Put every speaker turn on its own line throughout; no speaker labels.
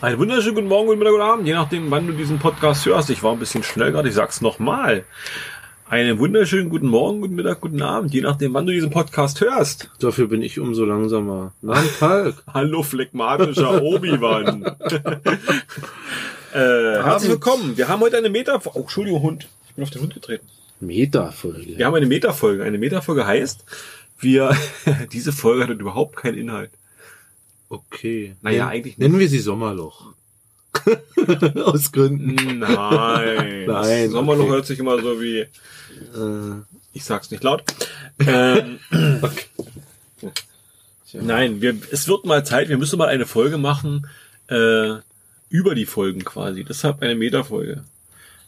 Einen wunderschönen guten Morgen, guten Mittag, guten Abend, je nachdem, wann du diesen Podcast hörst. Ich war ein bisschen schnell gerade, ich sag's nochmal. Einen wunderschönen guten Morgen, guten Mittag, guten Abend, je nachdem, wann du diesen Podcast hörst.
Dafür bin ich umso langsamer. Nein, Falk.
Hallo, phlegmatischer Obi-Wan. äh, herzlich willkommen. Wir haben heute eine Metafolge. Oh, Entschuldigung, Hund. Ich bin auf den Hund getreten.
Metafolge.
Wir haben eine Metafolge. Eine Metafolge heißt, wir, diese Folge hat überhaupt keinen Inhalt.
Okay.
Naja,
Nen-
eigentlich nicht.
Nennen wir sie Sommerloch. Aus Gründen.
Nein.
Nein,
Sommerloch
okay.
hört sich immer so wie,
Äh,
ich sag's nicht laut. Ähm,
okay.
Nein, wir, es wird mal Zeit, wir müssen mal eine Folge machen äh, über die Folgen quasi. Deshalb eine Metafolge.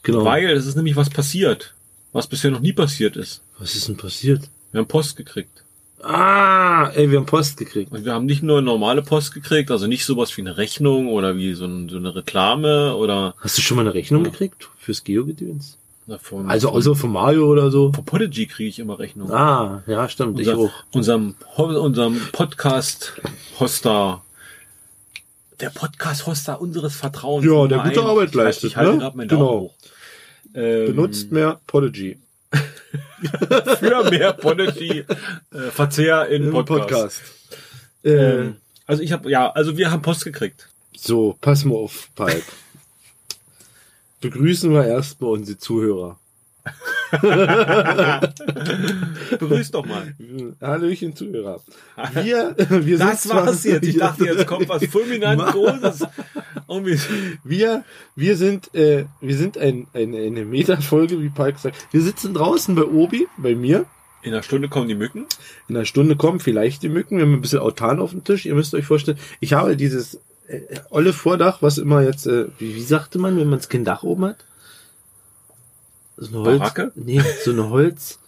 Genau.
Weil es ist nämlich was passiert, was bisher noch nie passiert ist.
Was ist denn passiert?
Wir haben Post gekriegt.
Ah, ey, wir haben Post gekriegt.
Und wir haben nicht nur normale Post gekriegt, also nicht sowas wie eine Rechnung oder wie so, ein, so eine Reklame oder
Hast du schon mal eine Rechnung gekriegt fürs Geo-Gedöns?
na, von,
Also außer von Mario oder so?
von Podigy kriege ich immer Rechnungen.
Ah, ja, stimmt, ich
unser,
auch.
unserem, Ho- unserem Podcast-Hoster. Der Podcast-Hoster unseres Vertrauens.
Ja,
Nummer
der gute
eins.
Arbeit
Ich weiß, Ich
leistet,
halte
ne?
gerade meinen
Genau.
Daumen hoch. Ähm,
Benutzt mehr Podigy.
für mehr Policy äh, Verzehr in Podcast.
Äh,
Ähm, also ich habe ja, also wir haben Post gekriegt.
So, pass mal auf, Palk. Begrüßen wir erstmal unsere Zuhörer.
Begrüß doch mal.
Hallöchen, Zuhörer. Wir, wir
Das
sind zwar-
war's jetzt. Ich dachte, jetzt kommt was fulminant
Ma-
Großes. Und wir,
Wir, wir sind, äh, wir sind ein, eine, eine Metafolge, wie Palk sagt. Wir sitzen draußen bei Obi, bei mir.
in einer Stunde kommen die Mücken.
In einer Stunde kommen vielleicht die Mücken. Wir haben ein bisschen Autan auf dem Tisch. Ihr müsst euch vorstellen, ich habe dieses äh, olle Vordach, was immer jetzt, äh, wie, wie sagte man, wenn man kein Dach oben hat? So eine Holz,
Baracke?
Nee, so eine Holz,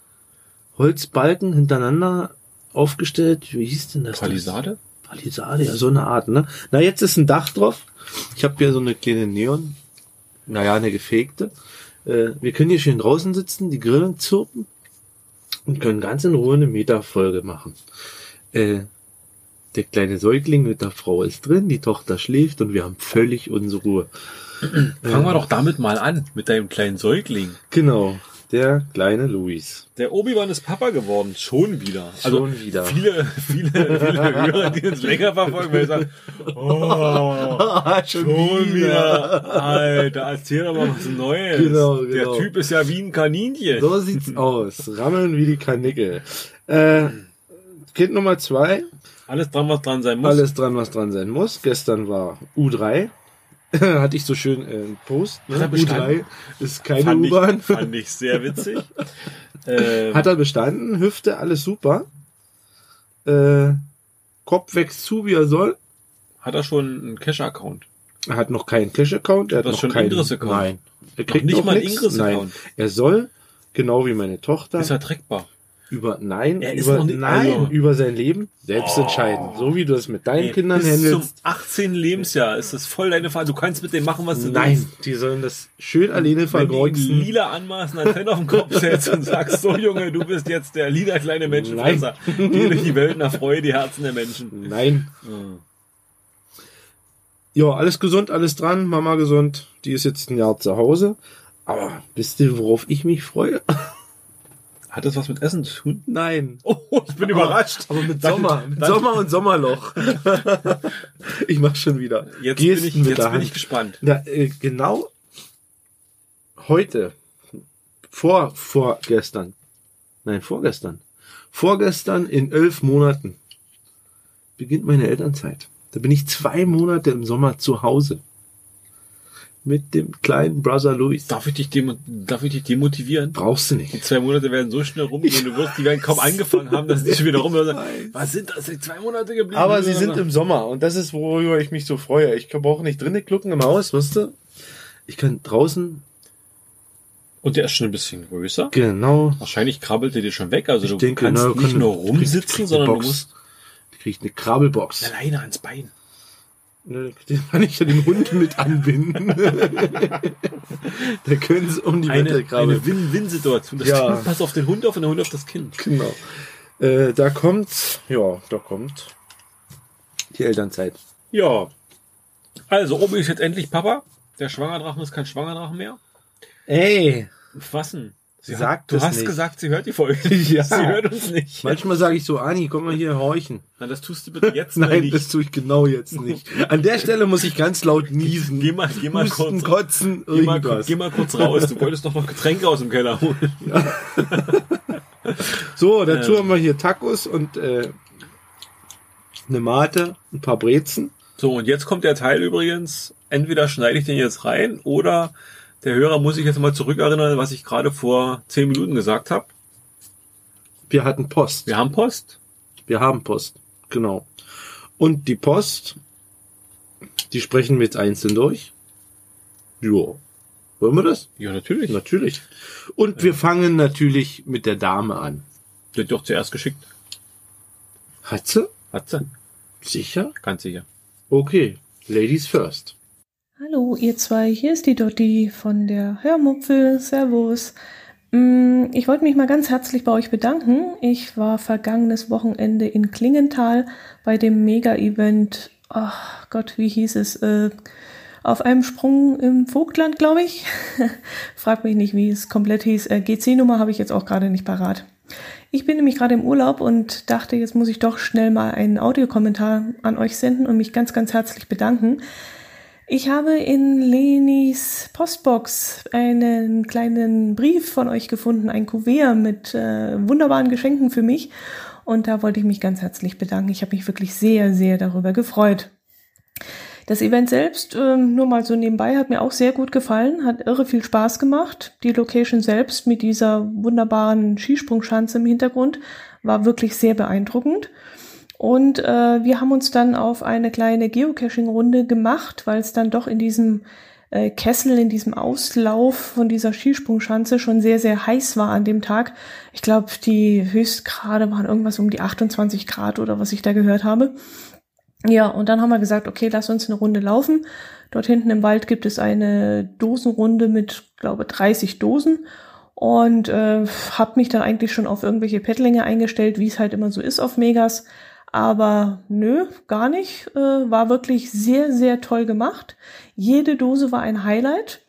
Holzbalken hintereinander aufgestellt. Wie hieß denn das?
Palisade?
Palisade, ja, so eine Art, ne? Na, jetzt ist ein Dach drauf. Ich habe hier so eine kleine Neon. Naja, eine gefegte. Äh, wir können hier schön draußen sitzen, die Grillen zirpen und können ganz in Ruhe eine Meterfolge machen. Äh, der kleine Säugling mit der Frau ist drin, die Tochter schläft und wir haben völlig unsere Ruhe.
Fangen wir doch damit mal an, mit deinem kleinen Säugling.
Genau, der kleine Luis.
Der Obi-Wan ist Papa geworden, schon wieder. Also
Schon wieder.
viele, viele, viele Hörer, die uns länger verfolgen, werden sagen, oh,
schon,
Schon wieder. Alter, erzähl doch mal was Neues.
Genau, genau.
Der Typ ist ja wie ein Kaninchen.
So sieht's aus. Rammeln wie die Kanickel. Äh, kind Nummer zwei.
Alles dran, was dran sein muss.
Alles dran, was dran sein muss. Gestern war U3. Hatte ich so schön äh, einen Post.
Hat er
Ne?
bestanden?
U3 ist keine
fand,
U-Bahn.
ich, fand ich sehr witzig. Ähm,
Hat er bestanden. Hüfte, alles super. Äh, Kopf wächst zu, wie er soll.
hat er schon einen Cash-Account?
Er hat noch keinen Cash-Account. Er hat
Das
noch
schon
keinen
Ingress-Account?
Nein. Er kriegt
nicht
noch
mal einen
nix.
Ingress-Account?
Nein. Er soll, genau wie meine Tochter,
Ist er trackbar?
über Nein,
Er ist
über,
noch nicht-
nein
also-
über sein Leben selbst entscheiden. So wie du das mit deinen
Ey,
Kindern
Bis zum
handelst.
18. Lebensjahr ist das voll deine Frage. Du kannst mit dem machen, was du
Nein,
willst.
die sollen das schön alleine
Wenn du ihn
verkreuzen.
lila anmaßen, einen Fan auf den Kopf setzt und sagst, so Junge, du bist jetzt der lila kleine Menschenfresser, die durch die Welt nach Freude die Herzen der Menschen.
Nein. Ja, alles gesund, alles dran. Mama gesund. Die ist jetzt ein Jahr zu Hause. Aber wisst ihr, worauf ich mich freue?
Hat das was mit Essen zu tun?
Nein.
Oh, ich bin überrascht.
Aber mit
Dann-
Sommer. Mit
dann-
Sommer und Sommerloch. ich mach schon wieder.
Jetzt bin
Gesten
ich,
mit
jetzt
der
bin
Hand.
ich gespannt.
Na, äh, genau heute, vor, vorgestern, nein, vorgestern, vorgestern in elf Monaten beginnt meine Elternzeit. Da bin ich zwei Monate im Sommer zu Hause. Mit dem kleinen Brother Louis.
Darf ich dich, demo darf ich dich demotivieren?
Brauchst du
Die
nicht.
zwei Monate werden so schnell rumgehen, du wirst, die werden kaum angefangen haben, dass die schon wieder rum
weiß.
Was sind das? Sind zwei Monate geblieben?
Aber sie sind im Sommer und das ist, worüber ich mich so freue. Ich brauche nicht drinnen klucken im Haus, weißt du? Ich kann draußen,
Und der ist schon ein bisschen größer.
genau,
Wahrscheinlich krabbelt er dir schon weg. Also
Ich
du
denke,
kannst
na,
nicht
kann-
nur
kriegt-
rumsitzen,
kriegt
sondern
eine
du
Box.
musst
die kriegt eine Krabbelbox.
alleine ans Bein.
Ne, Den kann ich ja den Hund mit anbinden. da können sie um die Wette
Eine,
krabbeln.
eine Win-Win-Situation. Das
Ja.
Kind passt auf den Hund auf und der Hund auf das Kind.
Genau. Äh, da kommt, ja, da kommt die Elternzeit.
Ja. Also, Obi ist jetzt endlich Papa. Der Schwangerdrachen ist kein Schwangerdrachen mehr.
Ey,
Was denn? Sie
Sagt
hat, du
es
hast
nicht.
gesagt, sie hört die Folge.
Ja.
Sie hört uns nicht.
manchmal sage ich so, Ani, komm mal hier horchen.
Na, das tust du bitte jetzt mal
Nein,
nicht.
das tue ich genau jetzt nicht. An der Stelle muss ich ganz laut niesen.
Geh mal, geh mal kurz.
Husten, kotzen,
Geh mal, gu-
irgendwas.
geh mal kurz raus. Du wolltest doch noch Getränke aus dem Keller holen.
So, dazu
Ähm.
haben wir hier Tacos und äh, eine Mate, ein paar Brezen.
So, und jetzt kommt der Teil übrigens. Entweder schneide ich den jetzt rein oder der Hörer muss sich jetzt mal zurückerinnern, was ich gerade vor zehn Minuten gesagt habe.
Wir hatten Post.
Wir haben Post.
Wir haben Post. Genau. Und die Post, die sprechen wir jetzt einzeln durch. Jo. Wollen wir das?
Ja, natürlich.
Natürlich. Und wir fangen natürlich mit der Dame an.
Die hat doch zuerst geschickt.
Hat sie?
Hat sie?
Sicher?
Ganz sicher.
Okay. Ladies first.
Hallo, ihr zwei, hier ist die Dotti von der Hörmupfel. Servus. Mm, Ich wollte mich mal ganz herzlich bei euch bedanken. Ich war vergangenes Wochenende in Klingenthal bei dem Mega-Event. Ach Gott, wie hieß es? Äh, auf einem Sprung im Vogtland, glaube ich. Frag mich nicht, wie es komplett hieß. Äh, GC-Nummer habe ich jetzt auch gerade nicht parat. Ich bin nämlich gerade im Urlaub und dachte, jetzt muss ich doch schnell mal einen Audiokommentar an euch senden und mich ganz, ganz herzlich bedanken. Ich habe in Lenis Postbox einen kleinen Brief von euch gefunden, ein Kuvert mit äh, wunderbaren Geschenken für mich. Und da wollte ich mich ganz herzlich bedanken. Ich habe mich wirklich sehr, sehr darüber gefreut. Das Event selbst, ähm, nur mal so nebenbei, hat mir auch sehr gut gefallen, hat irre viel Spaß gemacht. Die Location selbst mit dieser wunderbaren Skisprungschanze im Hintergrund war wirklich sehr beeindruckend. Und äh, wir haben uns dann auf eine kleine Geocaching-Runde gemacht, weil es dann doch in diesem äh, Kessel, in diesem Auslauf von dieser Skisprungschanze schon sehr, sehr heiß war an dem Tag. Ich glaube, die Höchstgrade waren irgendwas um die 28 Grad oder was ich da gehört habe. Ja, und dann haben wir gesagt, okay, lass uns eine Runde laufen. Dort hinten im Wald gibt es eine Dosenrunde mit, glaube 30 Dosen. Und äh, habe mich dann eigentlich schon auf irgendwelche Pettlinge eingestellt, wie es halt immer so ist auf Megas. Aber nö, gar nicht. Äh, war wirklich sehr, sehr toll gemacht. Jede Dose war ein Highlight.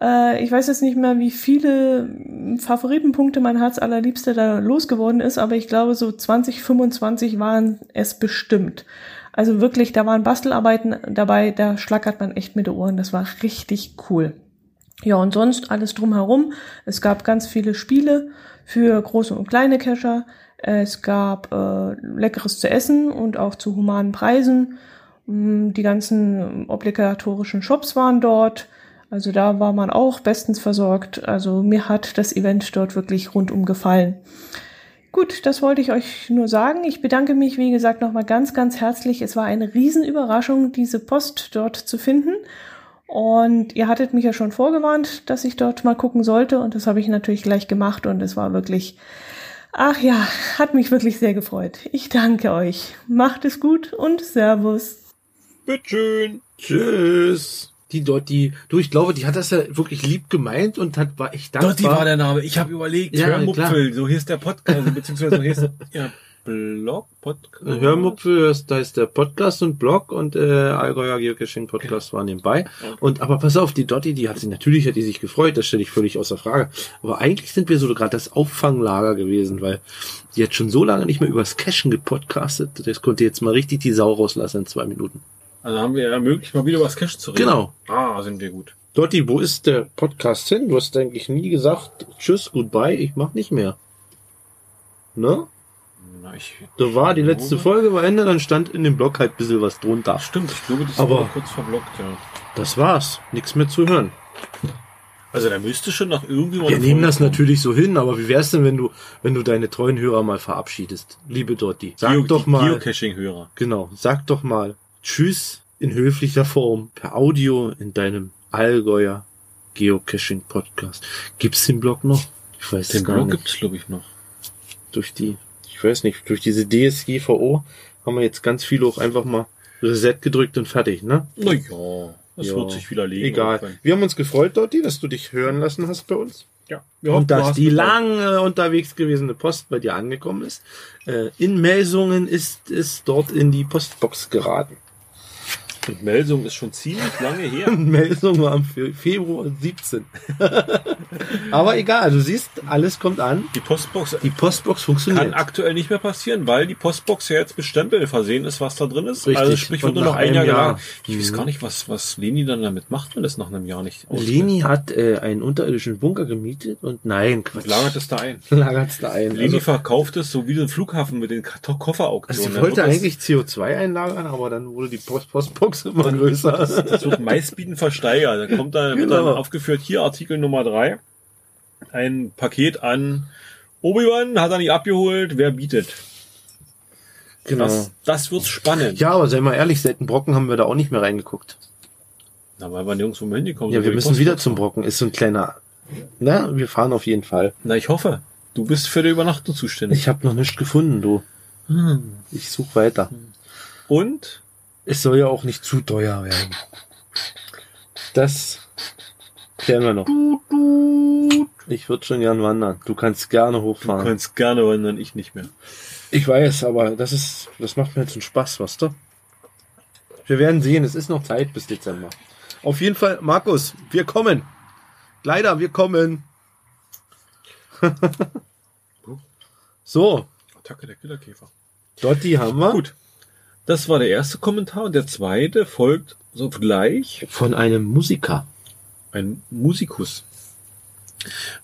Äh, ich weiß jetzt nicht mehr, wie viele mm, Favoritenpunkte mein Herz allerliebste da losgeworden ist, aber ich glaube, so 20, 25 waren es bestimmt. Also wirklich, da waren Bastelarbeiten dabei, da schlackert man echt mit den Ohren. Das war richtig cool. Ja, und sonst alles drumherum. Es gab ganz viele Spiele für große und kleine Kescher. Es gab äh, Leckeres zu essen und auch zu humanen Preisen. Mm, Die ganzen obligatorischen Shops waren dort. Also da war man auch bestens versorgt. Also mir hat das Event dort wirklich rundum gefallen. Gut, das wollte ich euch nur sagen. Ich bedanke mich, wie gesagt, nochmal ganz, ganz herzlich. Es war eine Riesenüberraschung, diese Post dort zu finden. Und ihr hattet mich ja schon vorgewarnt, dass ich dort mal gucken sollte. Und das habe ich natürlich gleich gemacht. Und es war wirklich, ach ja, hat mich wirklich sehr gefreut. Ich danke euch. Macht es gut und Servus.
Bitteschön.
Tschüss. Die Dotti. Du, ich glaube, die hat das ja wirklich lieb gemeint und hat, war ich dankbar.
Dotti war der Name. Ich habe überlegt.
Ja,
Hörmupfel. So hieß der Podcast, also beziehungsweise so hieß der Blog, Podcast.
Äh, Hörmupfel, da ist der Podcast und Blog und äh, Allgäuer Geocaching Podcast war nebenbei. Und aber pass auf, die Dotti, die hat sich natürlich hat die sich gefreut, das stelle ich völlig außer Frage. Aber eigentlich sind wir so gerade das Auffanglager gewesen, weil die hat schon so lange nicht mehr übers Cashen gepodcastet. Das konnte jetzt mal richtig die Sau rauslassen in zwei Minuten.
Also haben wir ermöglicht, mal wieder über das Cash zu reden.
Genau.
Ah, sind wir gut.
Dotti, wo ist der Podcast hin? Du hast eigentlich nie gesagt, tschüss, goodbye, ich mach nicht mehr. Ne?
Na, ich,
So war die letzte Folge war Ende, dann stand in dem Blog halt ein bisschen was drunter.
stimmt, ich glaube, das
Aber-
war kurz verblockt, ja.
Das war's. Nichts mehr zu hören.
Also da müsste schon noch irgendwie mal
Wir
eine
nehmen
Folge
das
kommen.
natürlich so hin, aber wie wär's denn, wenn du, wenn du deine treuen Hörer mal verabschiedest? Liebe Dotti, sag
Geo-
doch
die
mal,
Geocaching-Hörer.
genau, sag doch mal Tschüss in höflicher Form per Audio in deinem Allgäuer Geocaching Podcast. Gibt's den Blog noch? Ich weiß
Den
es gar
Blog
nicht.
gibt es, glaube ich, noch.
Durch die, ich weiß nicht, durch diese DSGVO haben wir jetzt ganz viele auch einfach mal Reset gedrückt und fertig, ne?
Naja, das
Ja.
wird sich widerlegen.
Egal.
irgendwann.
Wir haben uns gefreut, Dotti, dass du dich hören lassen hast bei uns.
Ja.
und
du
dass
hast
die
mit-
lange unterwegs gewesene Post bei dir angekommen ist. Äh, in Melsungen ist es dort in die Postbox geraten.
Und Melsung ist schon ziemlich lange her.
Melsung war am Fe- Februar 17. Aber egal, du siehst, alles kommt an.
Die Postbox
Die Postbox
kann
funktioniert.
aktuell nicht mehr passieren, weil die Postbox ja jetzt bestempelt versehen ist, was da drin ist.
Richtig.
Also sprich,
Und
wird nur
nach
noch ein
einem
Jahr
Jahr. Mhm.
gelangt. Ich weiß gar nicht, was, was Leni dann damit macht, wenn das nach einem Jahr nicht
Leni hat äh, einen auterirdischen Bunker gemietet und nein,
ausgeht.
Quatsch.
lagert es da ein.
Lagert's da ein.
Leni
Also,
verkauft es so wie den Flughafen mit den Ka-
also
Kofferauktionen. ne?
sie
Dann
wollte
wird das-
eigentlich CO2 einlagern, aber dann wurde die Post Postbox immer größer.
Das wird Maisbieten versteigert. Da kommt dann, wird dann
Genau.
aufgeführt, hier Artikel Nummer drei Ein Paket an Obi-Wan hat er nicht abgeholt, wer bietet. Das, das wird spannend.
Genau. Ja, aber sei mal ehrlich, seit dem Brocken haben wir da auch nicht mehr reingeguckt.
Na, weil wir nirgendwo mehr hingekommen
Ja,
sind.
wir
Die
müssen
Post-
wieder zum Brocken. Ist so ein kleiner. Na, wir fahren auf jeden Fall.
Na, ich hoffe. Du bist für die Übernachtung zuständig.
Ich habe noch nichts gefunden, du.
Hm.
Ich suche weiter.
Und?
Es soll ja auch nicht zu teuer werden. Das klären wir noch. Ich würde schon gern wandern. Du kannst gerne
Du
hochfahren.
kannst gerne wandern, ich nicht mehr.
Ich weiß, aber das ist, das macht mir jetzt einen Spaß, was du? Wir werden sehen. Es ist noch Zeit bis Dezember. Auf jeden Fall, Markus, wir kommen. Leider, wir kommen. so,
Attacke der Killerkäfer.
Dotti haben wir.
Gut. Das war der erste Kommentar und der zweite folgt sogleich
Von einem Musiker.
ein Musikus,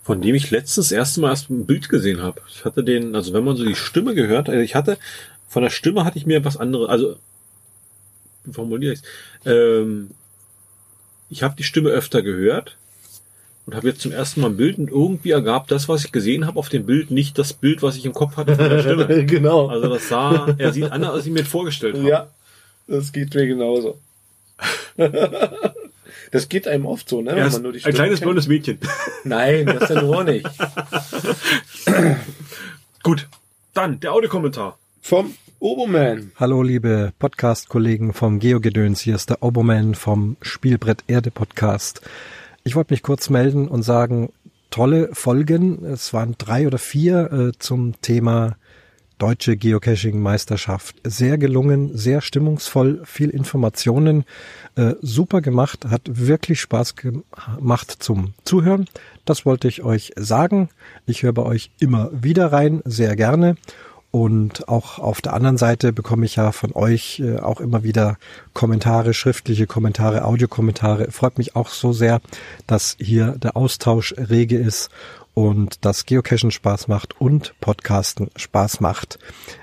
von dem ich letztens das erste Mal erst ein Bild gesehen habe. Ich hatte den, also wenn man so die Stimme gehört, also ich hatte, von der Stimme hatte ich mir was anderes, also wie formuliere ich Ähm, ich habe die Stimme öfter gehört und habe jetzt zum ersten Mal ein Bild und irgendwie ergab das, was ich gesehen habe auf dem Bild, nicht das Bild, was ich im Kopf hatte von der Stimme.
genau.
Also das sah, er sieht anders, als ich mir das vorgestellt habe.
Ja, das geht mir genauso. das geht einem oft so, ne?
Er ist ein
Stimme
kleines
kennt.
blondes Mädchen.
Nein, das dann auch nicht.
Gut, dann der Audiokommentar.
Vom Oboman.
Hallo liebe Podcast-Kollegen vom Geogedöns, hier ist der Oboman vom Spielbrett Erde Podcast. Ich wollte mich kurz melden und sagen, tolle Folgen, es waren drei oder vier äh, zum Thema Deutsche Geocaching-Meisterschaft. Sehr gelungen, sehr stimmungsvoll, viel Informationen, äh, super gemacht, hat wirklich Spaß gemacht zum Zuhören. Das wollte ich euch sagen. Ich höre bei euch immer wieder rein, sehr gerne. Und auch auf der anderen Seite bekomme ich ja von euch äh, auch immer wieder Kommentare, schriftliche Kommentare, Audiokommentare. Freut mich auch so sehr, dass hier der Austausch rege ist und dass Geocachen Spaß macht und Podcasten Spaß macht.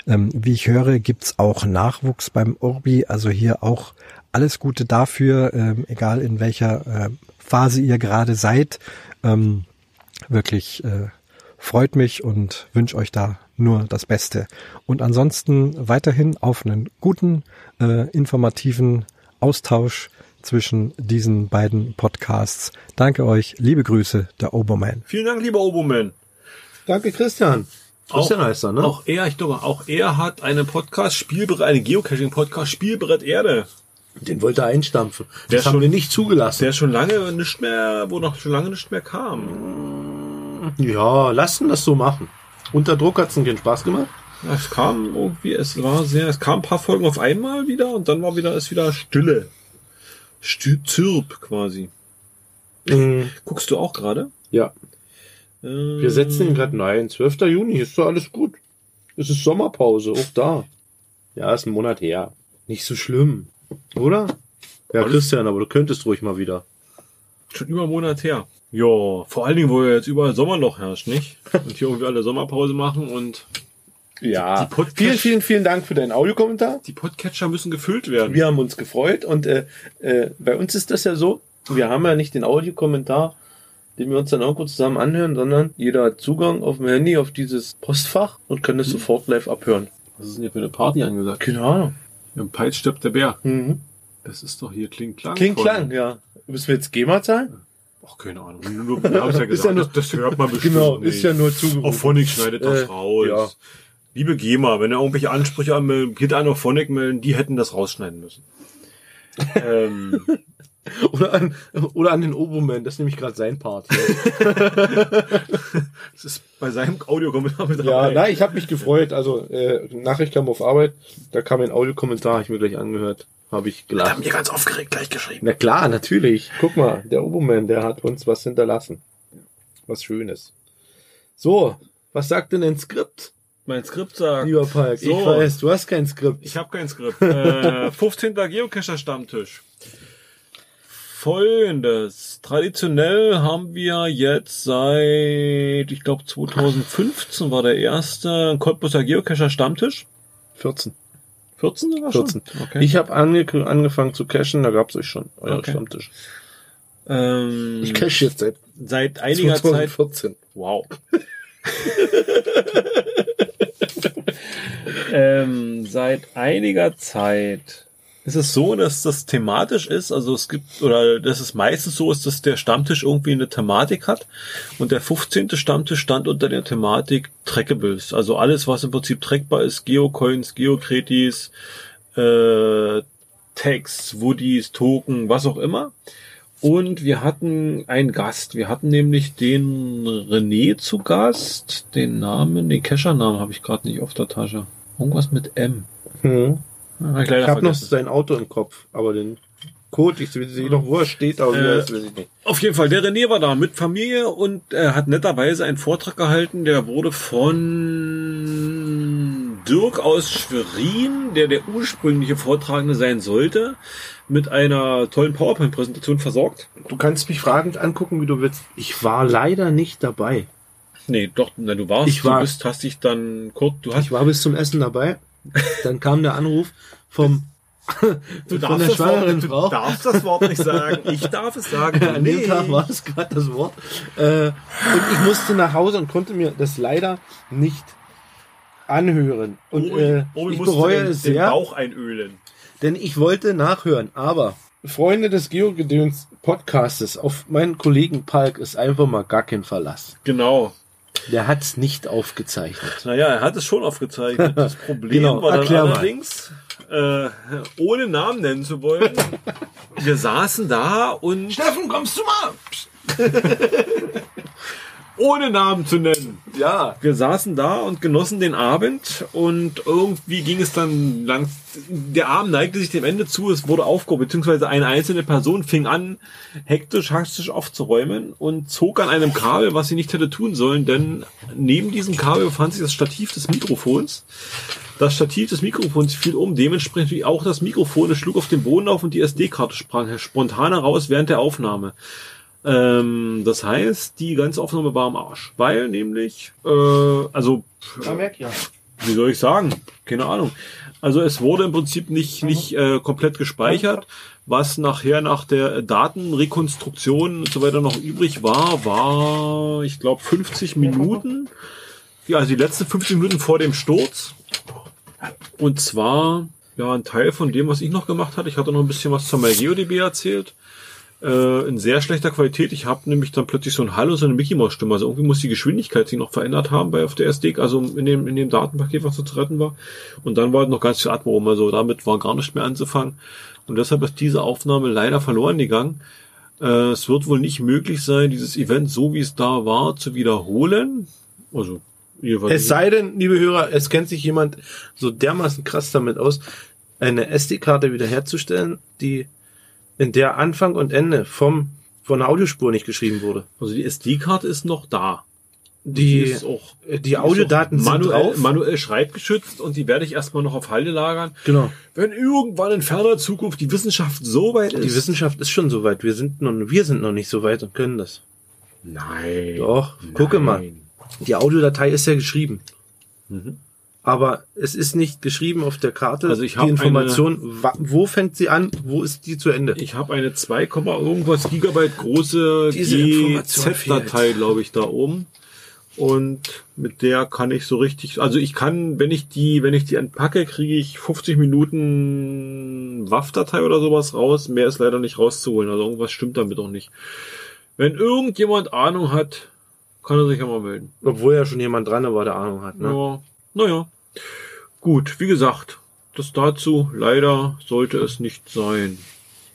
Ähm, wie ich höre, gibt's auch Nachwuchs beim Urbi, also hier auch alles Gute dafür, ähm, egal in welcher äh, Phase ihr gerade seid. Ähm, wirklich äh, freut mich und wünsche euch da nur das Beste. Und ansonsten weiterhin auf einen guten, äh, informativen Austausch zwischen diesen beiden Podcasts. Danke euch, liebe Grüße, der Oberman.
Vielen Dank, lieber Oboman.
Danke, Christian. Christian heißt er, ne?
Auch er, ich glaube, auch er hat einen Podcast, Spielbrett, einen Geocaching-Podcast, Spielbrett Erde.
Den wollte er einstampfen.
Der
das haben
schon-
wir nicht zugelassen.
Der schon lange nicht mehr, wo noch schon lange nicht mehr kam.
Ja, lassen das so machen. Unter Druck hat's ihm keinen Spaß gemacht.
Ja, Es kam irgendwie, es war sehr, es kam ein paar Folgen auf einmal wieder und dann war wieder, ist wieder Stille. Stü Zirp quasi.
Mhm.
Guckst du auch gerade?
Ja,
Ähm,
wir setzen ihn gerade. Nein, 12. Juni ist doch alles gut. Es ist Sommerpause, auch da. Ja, ist ein Monat her. Nicht so schlimm, oder? Ja, Christian, aber du könntest ruhig mal wieder.
Schon über einen Monat her. Ja, vor allen Dingen, wo ja jetzt überall Sommerloch herrscht, nicht? Und hier irgendwie alle Sommerpause machen und
Ja.
Die Podcast-
vielen, vielen, vielen Dank für deinen Audiokommentar.
die Podcatcher müssen gefüllt werden.
Wir haben uns gefreut und äh, äh, bei uns ist das ja so, wir haben ja nicht den Audiokommentar, den wir uns dann irgendwo zusammen anhören, sondern jeder hat Zugang auf dem Handy auf dieses Postfach und kann das sofort live abhören.
Was ist denn hier für eine Party angesagt?
Mhm. Keine Ahnung.
Im Peitsch stirbt der Bär.
Mhm.
Das ist doch hier Kling Klang.
Kling
von-
Klang, ja. Müssen wir jetzt GEMA zahlen?
Ach, keine Ahnung. Nur, wir haben's ja
Ist ja
gesagt.
nur-
das, das hört man bestimmt.
Genau,
nicht.
ist ja nur zugerufen.
Auch Phonic schneidet das
Äh,
raus.
ja.
Liebe GEMA, wenn ihr irgendwelche Ansprüche an geht an auf Phonic melden, die hätten das rausschneiden müssen. ähm,
Oder an, oder an den Oboman, das ist nämlich gerade sein Part.
das ist bei seinem Audiokommentar mit
ja,
dabei.
nein, ich habe mich gefreut. Also, äh, Nachricht kam auf Arbeit, da kam ein Audiokommentar, hab ich mir gleich angehört. habe ich
Da
gelacht.
haben wir ganz aufgeregt gleich geschrieben.
Na klar, natürlich. Guck mal, der Oboman, der hat uns was hinterlassen. Was Schönes. So, was sagt denn ein Skript,
Mein Skript sagt,
lieber Palk?
So.
Ich weiß, du hast kein Skript.
ich habe kein Skript. Äh, 15. Geocacher Stammtisch. Folgendes. Traditionell haben wir jetzt seit, ich glaube 2015 war der erste Cottbuser Geocacher Stammtisch.
14.
14 sogar schon?
14.
Okay.
Ich habe ange angefangen zu cashen, da gab's euch schon, euer
Okay.
Stammtisch.
ähm,
Ich cache jetzt seit
seit einiger Zeit
2014.
Wow. ähm, seit einiger Zeit ist es so, dass das thematisch ist, also es gibt, oder dass es meistens so ist, dass der Stammtisch irgendwie eine Thematik hat und der 15. Stammtisch stand unter der Thematik Trackables, also alles, was im Prinzip trackbar ist, Geocoins, Geokretis, äh, Tags, Woodies, Token, was auch immer. Und wir hatten einen Gast. Wir hatten nämlich den René zu Gast. Den Namen, den Kescher-Namen habe ich gerade nicht auf der Tasche. Irgendwas mit M.
Hm.
Ah, hab ich
Ich
leider
habe noch
vergessen.
sein Auto im Kopf, aber den Code, ich sehe noch, wo er steht, aber wie
Äh,
er ist, weiß ich nicht.
Auf jeden Fall, der René war da mit Familie und äh, hat netterweise einen Vortrag gehalten. Der wurde von Dirk aus Schwerin, der der ursprüngliche Vortragende sein sollte, mit einer tollen PowerPoint-Präsentation versorgt.
Du kannst mich fragend angucken, wie du willst. Ich war leider nicht dabei.
Nee, doch, na, du warst,
Ich war-
du bist, hast dich dann kurz, du hast
Ich war bis zum Essen dabei. Dann kam der Anruf vom
Du
von
darfst,
der
das
schwangeren
Wort, du
Frau.
darfst das Wort nicht sagen. Ich darf es sagen.
An dem Tag war das gerade das Wort. Äh, und ich musste nach Hause und konnte mir das leider nicht anhören. Und äh, ich bereue es
den
sehr,
Bauch einölen.
denn ich wollte nachhören. Aber Freunde des Geogedöns Podcastes, auf meinen Kollegen Palk ist einfach mal gar kein Verlass.
Genau.
Der hat's nicht aufgezeichnet.
Naja, er hat es schon aufgezeichnet. Das Problem
Genau,
war dann
erklär mal.
allerdings, äh, ohne Namen nennen zu wollen, wir saßen da und... Steffen, kommst du mal? ohne Namen zu nennen.
Ja.
wir saßen da und genossen den Abend und irgendwie ging es dann lang. Der Abend neigte sich dem Ende zu, es wurde aufgehoben, beziehungsweise eine einzelne Person fing an, hektisch, hastisch aufzuräumen und zog an einem Kabel, was sie nicht hätte tun sollen, denn neben diesem Kabel befand sich das Stativ des Mikrofons. Das Stativ des Mikrofons fiel um, dementsprechend wie auch das Mikrofon. Es schlug auf den Boden auf und die SD-Karte sprang spontan heraus während der Aufnahme. Ähm, das heißt, die ganze Aufnahme war am Arsch, weil nämlich, äh, also, wie soll ich sagen, keine Ahnung. Also es wurde im Prinzip nicht, nicht äh, komplett gespeichert. Was nachher nach der Datenrekonstruktion und so weiter noch übrig war, war, ich glaube, 50 Minuten. Ja, also die letzten 50 Minuten vor dem Sturz. Und zwar, ja, ein Teil von dem, was ich noch gemacht hatte. Ich hatte noch ein bisschen was zur MyGeoDB erzählt äh, in sehr schlechter Qualität. Ich habe nämlich dann plötzlich so ein Hall und so eine Mickey Maus Stimme. Also irgendwie muss die Geschwindigkeit sich noch verändert haben bei auf der SD, also in dem in dem Datenpaket, was so zu retten war. Und dann war halt noch ganz viel Atmo rum. Also damit war gar nicht mehr anzufangen. Und deshalb ist diese Aufnahme leider verloren gegangen. Äh, es wird wohl nicht möglich sein, dieses Event so wie es da war zu wiederholen. Also jedenfalls
Es sei denn, liebe Hörer, es kennt sich jemand so dermaßen krass damit aus, eine SD-Karte wiederherzustellen, die in der Anfang und Ende vom von der Audiospur nicht geschrieben wurde.
also die SD-Karte ist noch da.
Die,
ist auch
äh, die Audiodaten sind
manuell,
drauf.
manuell schreibgeschützt und die werde ich erstmal noch auf Halde lagern.
Genau.
Wenn irgendwann in ferner Zukunft die Wissenschaft so weit ist.
Die Wissenschaft ist schon so weit. Wir sind noch, wir sind noch nicht so weit und können das.
Nein.
Doch, gucke mal. Die Audiodatei ist ja geschrieben.
Mhm.
Aber es ist nicht geschrieben auf der Karte.
Also ich hab
die Information, wa- wo fängt sie an, wo ist die zu Ende?
Ich habe eine 2, irgendwas Gigabyte große
Diese Information
GZ-Datei, glaube ich, da oben. Und mit der kann ich so richtig, also ich kann, wenn ich die, wenn ich die entpacke, kriege ich 50 Minuten WAF-Datei oder sowas raus. Mehr ist leider nicht rauszuholen. Also irgendwas stimmt damit auch nicht. Wenn irgendjemand Ahnung hat, kann er sich ja mal melden.
Obwohl ja schon jemand dran war, der Ahnung hat. Ne?
Ja, naja. Gut, wie gesagt, das dazu leider sollte es nicht sein.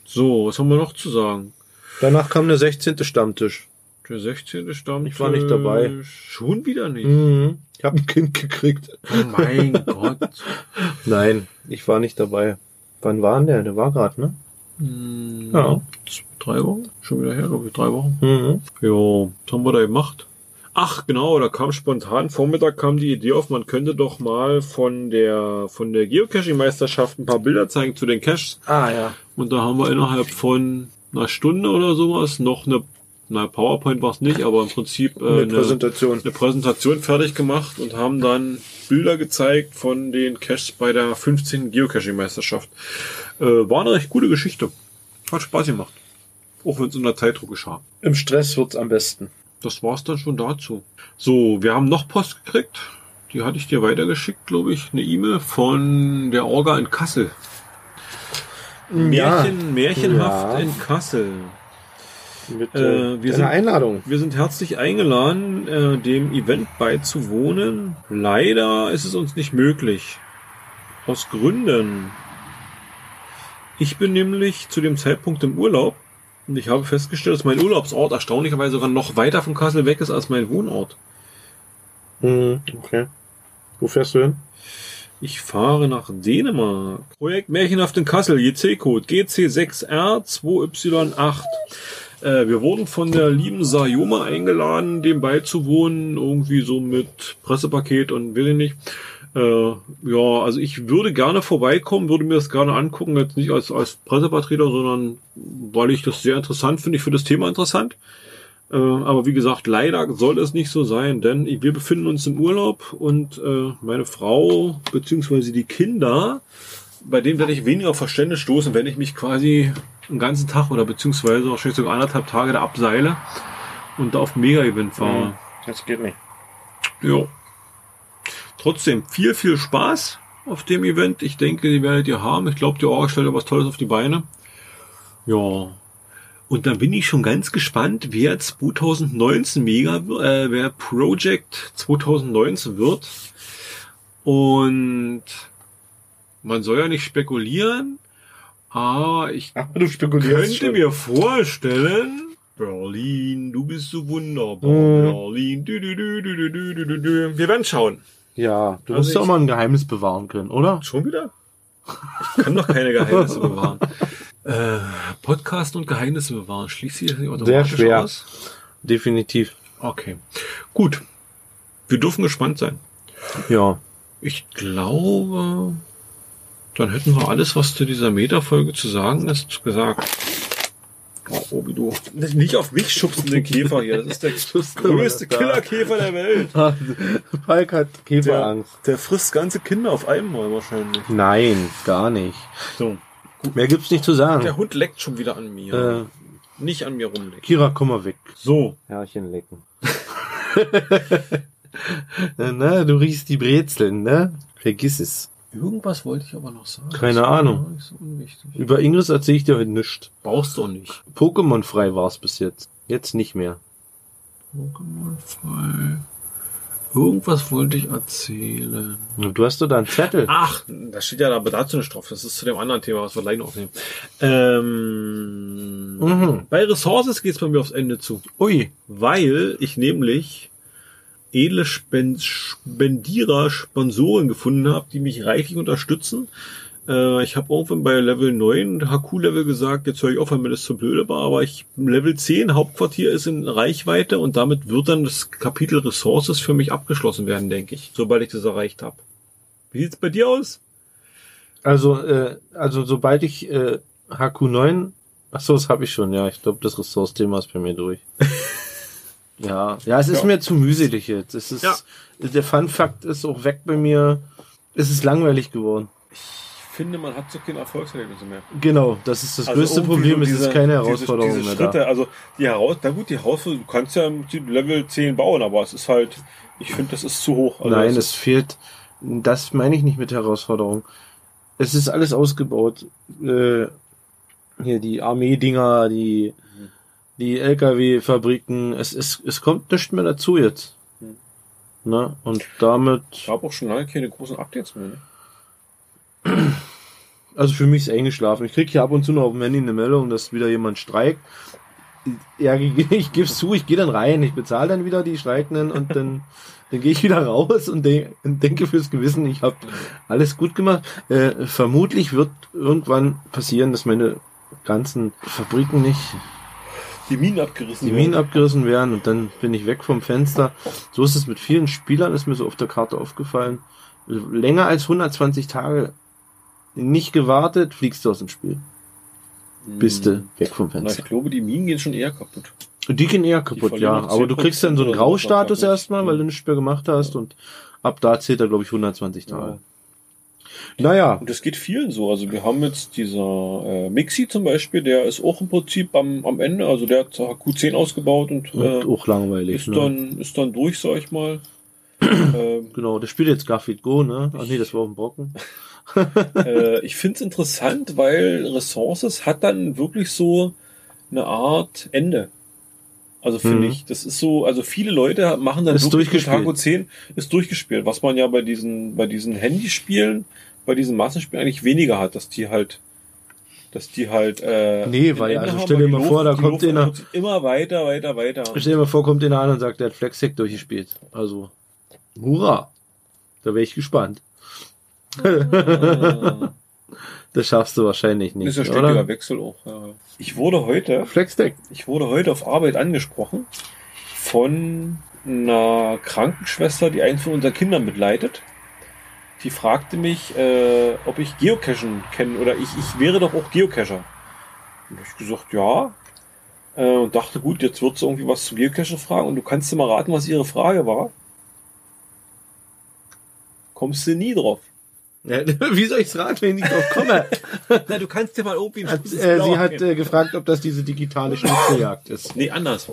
So, was haben wir noch zu sagen?
Danach kam der 16. Stammtisch.
Der 16. Stammtisch.
Ich war nicht dabei.
Schon wieder nicht.
Mhm. Ich habe ein Kind gekriegt.
Oh mein Gott.
Nein, ich war nicht dabei. Wann war denn der? Der war gerade, ne?
Hm,
Ja.
z- Drei Wochen? Schon wieder her, glaube ich, drei Wochen.
Mhm.
Jo, was haben wir da gemacht? Ach genau, da kam spontan Vormittag kam die Idee auf, man könnte doch mal von der von der Geocaching Meisterschaft ein paar Bilder zeigen zu den Caches
Ah ja.
und da haben wir innerhalb von einer Stunde oder sowas noch eine na PowerPoint war es nicht, aber im Prinzip äh,
Eine
eine,
Präsentation.
eine Präsentation fertig gemacht und haben dann Bilder gezeigt von den Caches bei der 15. Geocaching Meisterschaft. Äh, war eine recht gute Geschichte. Hat Spaß gemacht. Auch wenn es unter Zeitdruck geschah.
Im Stress wird's am besten.
Das war's dann schon dazu. So, wir haben noch Post gekriegt. Die hatte ich dir weitergeschickt, glaube ich. Eine E-Mail von der Orga in Kassel. Märchen, märchenhaft
Ja.
in Kassel.
Mit
Äh,
äh,
wir
einer
sind-
Einladung.
Wir sind herzlich eingeladen, äh, dem Event beizuwohnen. Leider ist es uns nicht möglich. Aus Gründen. Ich bin nämlich zu dem Zeitpunkt im Urlaub und ich habe festgestellt, dass mein Urlaubsort erstaunlicherweise sogar noch weiter von Kassel weg ist als mein Wohnort.
Mhm. Okay. Wo fährst du hin?
Ich fahre nach Dänemark. Projekt Märchenhaft in Kassel, GC-Code GC6R2Y8. Äh, wir wurden von der lieben Sayoma eingeladen, dem beizuwohnen, irgendwie so mit Pressepaket und will ich nicht. Äh, ja, also ich würde gerne vorbeikommen, würde mir das gerne angucken, jetzt nicht als, als Pressevertreter, sondern weil ich das sehr interessant finde, ich finde das Thema interessant. Äh, aber wie gesagt, leider soll es nicht so sein, denn ich- wir befinden uns im Urlaub und äh, meine Frau beziehungsweise die Kinder, bei denen werde ich weniger auf Verständnis stoßen, wenn ich mich quasi einen ganzen Tag oder beziehungsweise wahrscheinlich sogar anderthalb Tage da abseile und da auf ein Mega-Event
Äh,
fahre.
Hm, Das geht nicht.
Jo. Trotzdem viel, viel Spaß auf dem Event. Ich denke, die werdet ihr haben. Ich glaube, die Orga stellt ja was Tolles auf die Beine. Ja. Und dann bin ich schon ganz gespannt, wer 2019 Mega, äh, wer Project 2019 wird. Und man soll ja nicht spekulieren, aber ich
Ach, du spekulierst.
könnte
schon.
mir vorstellen, Berlin, du bist so wunderbar,
Mhm.
Berlin. Dü, dü, dü, dü, dü, dü, dü, dü, dü. Wir werden schauen.
Ja, du
Also
musst doch
ich-
mal ein Geheimnis bewahren können, oder?
Schon wieder? Ich kann doch keine Geheimnisse bewahren. Äh, Podcast und Geheimnisse bewahren. Schließt sich das nicht automatisch
schwer.
aus?
Definitiv.
Okay. Gut. Wir dürfen gespannt sein.
Ja.
Ich glaube, dann hätten wir alles, was zu dieser Metafolge zu sagen ist, gesagt. Oh, Obi, du. Nicht auf mich schubsen den Käfer hier. Das ist der
Schubsen wir
größte
das da.
Killerkäfer der Welt.
Falk hat Käferangst.
der frisst ganze Kinder auf einmal wahrscheinlich.
Nein, gar nicht.
So.
Mehr gibt's nicht zu
Der
sagen.
Hund leckt schon wieder an mir.
Äh,
Nicht an mir rumlecken.
Kira, komm mal weg.
So.
Herrchen lecken. na, na, du riechst die Brezeln, ne? Vergiss es.
Irgendwas wollte ich aber noch sagen.
Keine
Das war
Ahnung.
gar nicht so unwichtig.
Über Ingris erzähle ich dir heute nichts.
Brauchst du nicht.
Pokémon-frei war's bis jetzt. Jetzt nicht mehr.
Pokémon frei. Irgendwas wollte ich erzählen.
Du hast doch da einen Zettel.
Ach, da steht ja aber dazu nicht drauf. Das ist zu dem anderen Thema, was wir gleich noch aufnehmen. Ähm,
Mhm.
Bei Ressources geht's bei mir aufs Ende zu.
Ui.
Weil ich nämlich edle Spen Spendierer, Sponsoren gefunden habe, die mich reichlich unterstützen. Äh, ich habe irgendwann bei Level 9 HQ-Level gesagt, jetzt höre ich auf, weil mir das zu blöde war, aber ich Level 10 Hauptquartier ist in Reichweite und damit wird dann das Kapitel Ressources für mich abgeschlossen werden, denke ich, sobald ich das erreicht habe. Wie sieht's bei dir aus?
Also, äh, also sobald ich äh, HQ9, ach so, das habe ich schon, ja. Ich glaube, das Ressource-Thema ist bei mir durch. ja, ja, es ist
Ja.
mir zu mühselig jetzt. Es ist,
Ja.
Der Fun-Fact ist auch weg bei mir. Es ist langweilig geworden.
Ich finde, man hat so keine Erfolgserlebnisse mehr.
Genau, das ist das
Also
größte
irgendwie
Problem.
so
Es
diese-
ist keine
diese-
Herausforderung
diese
mehr
Schritte,
da.
Also die Heraus, na gut, die Herausforderung, du kannst ja im Prinzip Level 10 bauen, aber es ist halt, ich finde, das ist zu hoch. Also
Nein,
das
es fehlt. Das meine ich nicht mit Herausforderung. Es ist alles ausgebaut. Äh, hier die Armeedinger, die
Mhm.
die LKW-Fabriken. Es ist, es kommt nichts mehr dazu jetzt.
Mhm.
Ne? Und damit,
ich habe auch schon lange keine großen Updates mehr. ne?
also für mich ist eingeschlafen. Ich krieg hier ab und zu noch auf dem Handy eine Meldung, dass wieder jemand streikt. Ja, ich gebe zu, ich gehe dann rein, ich bezahle dann wieder die Streikenden und dann, dann gehe ich wieder raus und, de und denke fürs Gewissen, ich habe alles gut gemacht. Äh, vermutlich wird irgendwann passieren, dass meine ganzen Fabriken nicht
Die Minen abgerissen.
die Minen abgerissen werden und dann bin ich weg vom Fenster. So ist es mit vielen Spielern, ist mir so auf der Karte aufgefallen. Länger als 120 Tage nicht gewartet, fliegst du aus dem Spiel. Bist du weg vom
Na,
Fenster.
ich glaube, die Minen gehen schon eher kaputt.
Hm. Die gehen eher kaputt,
verlieren
ja.
noch
Aber du
10%
kriegst dann so einen
oder so,
Graustatus
glaub ich.
erstmal, weil du nichts mehr gemacht hast und ab da zählt er, glaube ich, 120 Tage. Naja,
Und das geht vielen so. Also wir haben jetzt dieser äh, Mixi zum Beispiel, der ist auch im Prinzip am, am Ende, also der hat Q10 ausgebaut und,
und
äh,
auch langweilig.
ist,
Ne?
dann, ist dann durch, sag ich mal. ähm,
Genau, der spielt jetzt Garfield Go, ne? Ach nee, das war auf dem Brocken.
äh, ich finde es interessant, weil Ressources hat dann wirklich so eine Art Ende. Also finde
Mhm.
ich, das ist so, also viele Leute machen dann
Ist
wirklich mit
durchgespielt.
Tango 10 ist durchgespielt, was man ja bei diesen, bei diesen Handyspielen, bei diesen Massenspielen eigentlich weniger hat, dass die halt, dass die halt, äh,
Nee,
ein
weil,
Ende
also
haben,
stell
weil
dir
die
mal vor, da
die
kommt einer-
entwickelt sich immer weiter, weiter, weiter.
Ich stell dir mal vor, kommt einer an und sagt, der hat Flexhack durchgespielt. Also, hurra! Da wäre ich gespannt.
Äh,
Das schaffst du wahrscheinlich nicht,
ist ja stetiger
oder?
Wechsel auch. Ja. Ich wurde heute
Flexdeck.
Ich wurde heute auf Arbeit angesprochen von einer Krankenschwester, die eins von unseren Kindern mitleidet. Die fragte mich, äh, ob ich Geocachen kenne oder ich, ich wäre doch auch Geocacher. Und ich gesagt, ja. Äh, und dachte, gut, jetzt wird sie irgendwie was zu Geocachen fragen und du kannst dir mal raten, was ihre Frage war. Kommst du nie drauf?
Ja, wie soll ich's raten, wenn ich nicht drauf komme?
Na, du kannst dir mal irgendwie
Hat, äh, sie hat äh, gefragt, ob das diese digitale Schnitzeljagd ist.
Nee, anders.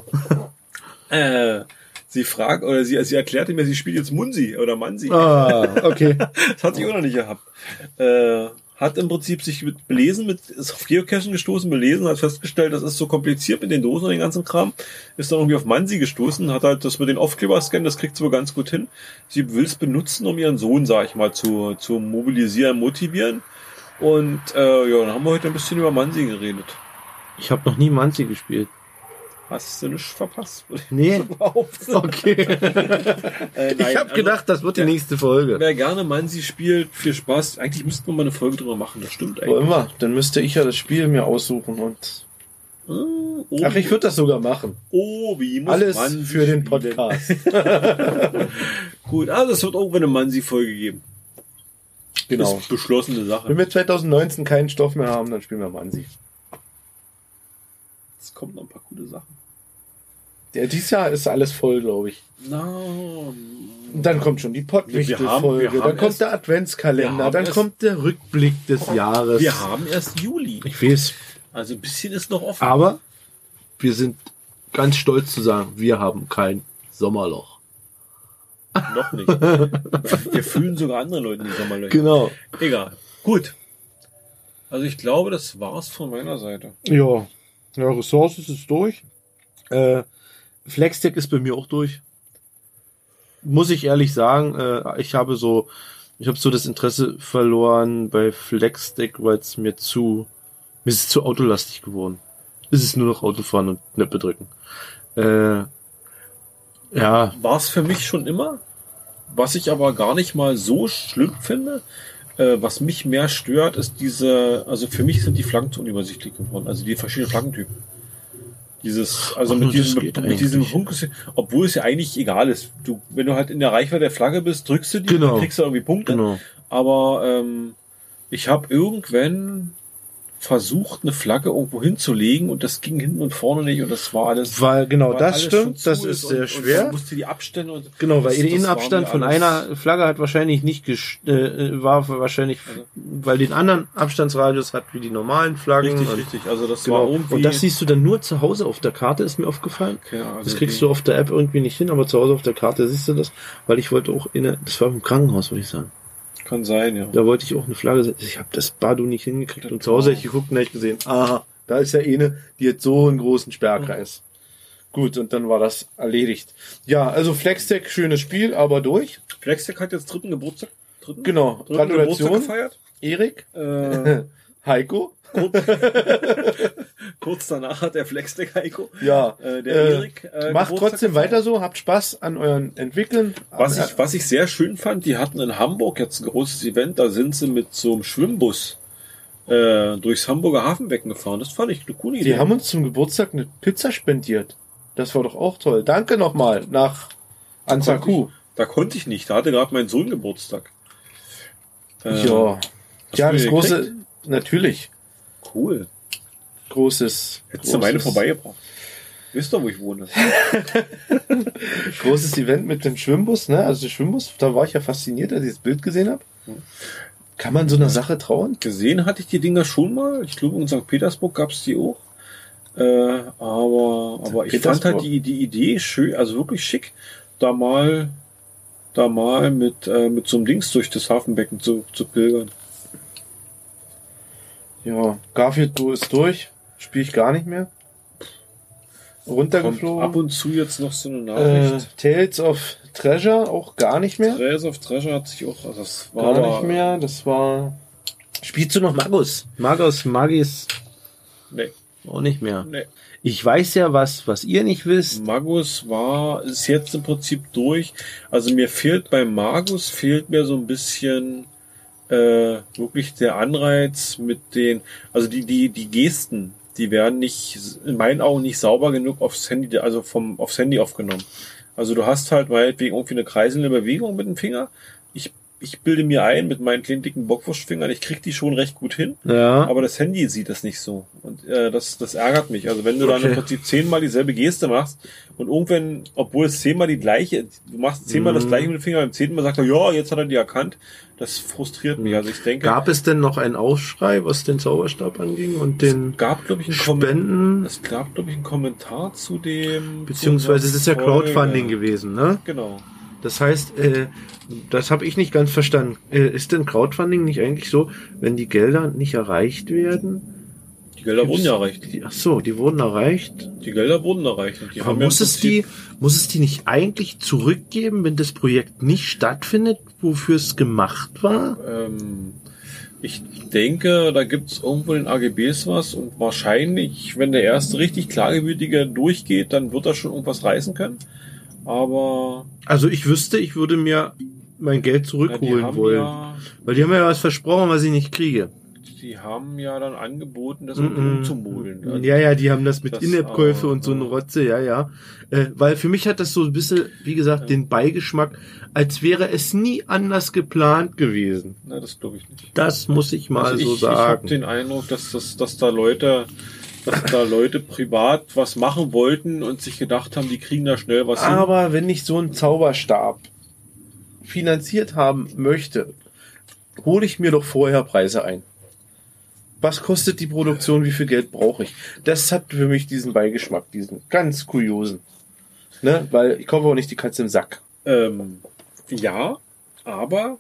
äh, sie fragt, oder sie, sie erklärte mir, sie spielt jetzt Munsi oder Mansi.
Ah, okay.
Das hat sie
Oh.
auch noch nicht gehabt. Äh, hat im Prinzip sich mit belesen, mit, ist auf Geocachen gestoßen, belesen, hat festgestellt, das ist so kompliziert mit den Dosen und den ganzen Kram. Ist dann irgendwie auf Mansi gestoßen, hat halt das mit den Aufkleber-Scan, das kriegt sie wohl ganz gut hin. Sie will es benutzen, um ihren Sohn, sag ich mal, zu, zu mobilisieren, motivieren. Und äh, ja, dann haben wir heute ein bisschen über Mansi geredet.
Ich habe noch nie Manzi gespielt.
Hast du nichts verpasst?
Nee.
Überhaupt.
Okay.
Äh, nein,
Ich habe
also-
gedacht, das wird die nächste Folge.
Wer gerne Mansi spielt, viel Spaß. Eigentlich müssten wir mal eine Folge drüber machen, das stimmt
Wo
eigentlich.
immer. Dann müsste ich ja das Spiel mir aussuchen und.
Oh,
Ach, ich würde das sogar machen.
Obi muss
Alles
Mansi
für den
spielen.
Podcast.
Gut, also es wird irgendwann eine Mansi-Folge geben.
genau.
Ist beschlossene Sache.
Wenn wir 2019 keinen Stoff mehr haben, dann spielen wir Mansi.
Es kommen noch ein paar coole Sachen.
Ja, dieses Jahr ist alles voll, glaube ich.
No.
Und dann kommt schon die
Wir haben- wir
Pottwichtel-Folge,
haben
dann kommt
erst-
der
wir
Adventskalender,
haben
dann
erst-
kommt der Rück.
Blick des Jahres.
Wir haben erst Juli.
Ich weiß.
Also ein bisschen ist noch offen.
Aber wir sind ganz stolz zu sagen, wir haben kein Sommerloch.
Ah.
Noch nicht. wir fühlen sogar andere Leute in die Sommerlöcher.
Genau.
Egal. Gut. Also ich glaube, das war's von meiner Seite.
Ja. Ja, Ressources ist durch. Äh, Flextech ist bei mir auch durch. Muss ich ehrlich sagen, äh, ich habe so, ich habe so das Interesse verloren bei Flextech, weil es mir zu, mir ist es zu autolastig geworden. Es ist nur noch Autofahren und Knöpfe drücken. Äh, ja,
war es für mich schon immer. Was ich aber gar nicht mal so schlimm finde, äh, was mich mehr stört, ist diese, also für mich sind die Flaggen zu unübersichtlich geworden, also die verschiedenen Flaggentypen. Dieses, also
Ach,
mit
das
diesem,
geht
mit, mit diesem
eigentlich.
Punkt, obwohl es ja eigentlich egal ist. Du, wenn du halt in der Reichweite der Flagge bist, drückst du die,
Genau.
dann kriegst du irgendwie Punkte.
genau.
Aber ähm, ich habe irgendwann versucht, eine Flagge irgendwo hinzulegen und das ging hinten und vorne nicht und das war alles.
Weil, genau,
weil
das
alles schon
stimmt,
zu
das ist
und-
sehr
und
schwer.
man musste die Abstände und
Genau, weil
Das-
der
das war
Innenabstand
mir
von
alles-
einer Flagge hat wahrscheinlich nicht gest äh, war wahrscheinlich,
Also-
weil den anderen Abstandsradius hat wie die normalen Flaggen.
Richtig,
und,
richtig. Also das war
Genau.
irgendwie.
und das siehst du dann nur zu Hause auf der Karte, ist mir aufgefallen.
Okay, also
Das kriegst du auf der App irgendwie nicht hin, aber zu Hause auf der Karte siehst du das, weil ich wollte auch in der, das war im Krankenhaus, würde ich sagen.
die- Kann sein, ja.
Da wollte ich auch eine Flagge setzen. Ich habe das Badu nicht hingekriegt und zu Hause habe ich geguckt und habe ich gesehen,
Aha, da ist ja eine, die hat so einen großen Sperrkreis. Gut, und dann war das erledigt. Ja, also Flextech, schönes Spiel, aber durch.
Flextech hat jetzt dritten Geburtstag. Dritten?
Genau,
Dritten Geburtstag
Gratulation,
gefeiert.
Erik,
Äh,
Heiko.
Kurz danach hat der Flexdeck Heiko,
Ja.
äh, der
Äh,
Erik. Äh,
Macht
Geburtstag
trotzdem
gefeiert.
weiter so, habt Spaß an euren Entwickeln.
Was
An-
ich, was ich sehr schön fand, die hatten in Hamburg jetzt ein großes Event, da sind sie mit so einem Schwimmbus äh, durchs Hamburger Hafenbecken gefahren. Das fand ich eine coole Idee.
Die haben uns zum Geburtstag eine Pizza spendiert. Das war doch auch toll. Danke nochmal nach Anzaku.
da konnte ich nicht, da hatte gerade mein Sohn Geburtstag. Äh,
Ja.
hast
Ja,
du
das
die
große,
gekriegt?
natürlich.
Cool.
Großes.
Hättest du meine
großes-
vorbeigebracht. Wisst ihr, wo ich wohne?
großes Event mit dem Schwimmbus, ne? Also der Schwimmbus, da war ich ja fasziniert, als ich das Bild gesehen habe. Kann man so einer Sache trauen?
Gesehen hatte ich die Dinger schon mal. Ich glaube, in St. Petersburg gab es die auch. Äh, aber aber ich fand
Petersburg.
halt die, die Idee schön, also wirklich schick, da mal, da mal mit, äh, mit so einem Dings durch das Hafenbecken zu, zu pilgern.
Ja, Garfield du ist durch, spiele ich gar nicht mehr.
Kommt ab
Runtergeflogen.
und zu jetzt noch so eine
Äh,
Nachricht.
Tales of Treasure auch gar nicht mehr.
Trails of Treasure hat sich auch, also das war
Gar
aber-
Äh. nicht mehr. Das war.
Spielst du noch Magus? Magus, Magis,
Nee,
auch nicht mehr.
nee.
Ich weiß ja was, was ihr nicht wisst.
Magus war, ist jetzt im Prinzip durch. Also mir fehlt bei Magus, fehlt mir so ein bisschen äh, wirklich der Anreiz mit den, also die, die, die Gesten, die werden nicht, in meinen Augen nicht sauber genug aufs Handy, also vom, aufs Handy aufgenommen. Also du hast halt meinetwegen irgendwie eine kreiselnde Bewegung mit dem Finger. Ich, ich bilde mir ein mit meinen kleinen dicken Bockwurstfingern, ich krieg die schon recht gut hin.
Ja.
Mhm. Aber das Handy sieht das nicht so. Und äh, das, das ärgert mich. Also wenn du dann im
Okay.
Prinzip zehnmal dieselbe Geste machst und irgendwann, obwohl es zehnmal die gleiche, du machst zehnmal das
Mhm.
gleiche mit dem Finger, beim zehnten Mal sagt er, ja, jetzt hat er die erkannt. Das frustriert mich. Also ich denke,
Gab es denn noch einen Aufschrei, was den Zauberstab anging und den
gab glaube ich, einen Kommentar.
Spenden?
Es gab, glaube ich, einen Kommentar zu dem.
Beziehungsweise es ist ja Crowdfunding
gewesen.
gewesen, ne?
Genau.
Das heißt, äh, das habe ich nicht ganz verstanden. Äh, ist denn Crowdfunding nicht eigentlich so, wenn die Gelder nicht erreicht werden?
Die Gelder wurden ja erreicht.
Die, ach so, die wurden erreicht.
Die Gelder wurden erreicht. Und die
Aber
ja im
muss es die,
Prinzip-
muss es die nicht eigentlich zurückgeben, wenn das Projekt nicht stattfindet, wofür es gemacht war?
Ähm, ich denke, da gibt's irgendwo in den AGBs was und wahrscheinlich, wenn der erste richtig Klagemütige durchgeht, dann wird er schon irgendwas reißen können. Aber
Also ich wüsste, ich würde mir mein Geld
na,
zurückholen
haben
wollen.
Ja,
Weil die haben mir ja was versprochen, was ich nicht kriege.
die haben ja dann angeboten, das
Mhm.
umzumodeln.
Also
Ja, ja, die haben das mit
Das,
In-App-Käufe
äh,
und
ne?
so eine
ja.
Rotze, ja, ja. Äh, weil für mich hat das so ein bisschen, wie gesagt,
Ja.
den Beigeschmack, als wäre es nie anders geplant gewesen.
Na, das glaube ich nicht.
Das muss ich mal
Also
so
ich, Ich habe
sagen.
den Eindruck, dass, dass, dass da Leute, dass da Leute privat was machen wollten und sich gedacht haben, die kriegen da schnell was
Ah,
hin.
Aber wenn ich so einen Zauberstab finanziert haben möchte, hole ich mir doch vorher Preise ein. Was kostet die Produktion? Wie viel Geld brauche ich? Das hat für mich diesen Beigeschmack, diesen ganz kuriosen. Ne? Weil ich kaufe auch nicht die Katze im Sack.
Ähm, ja, aber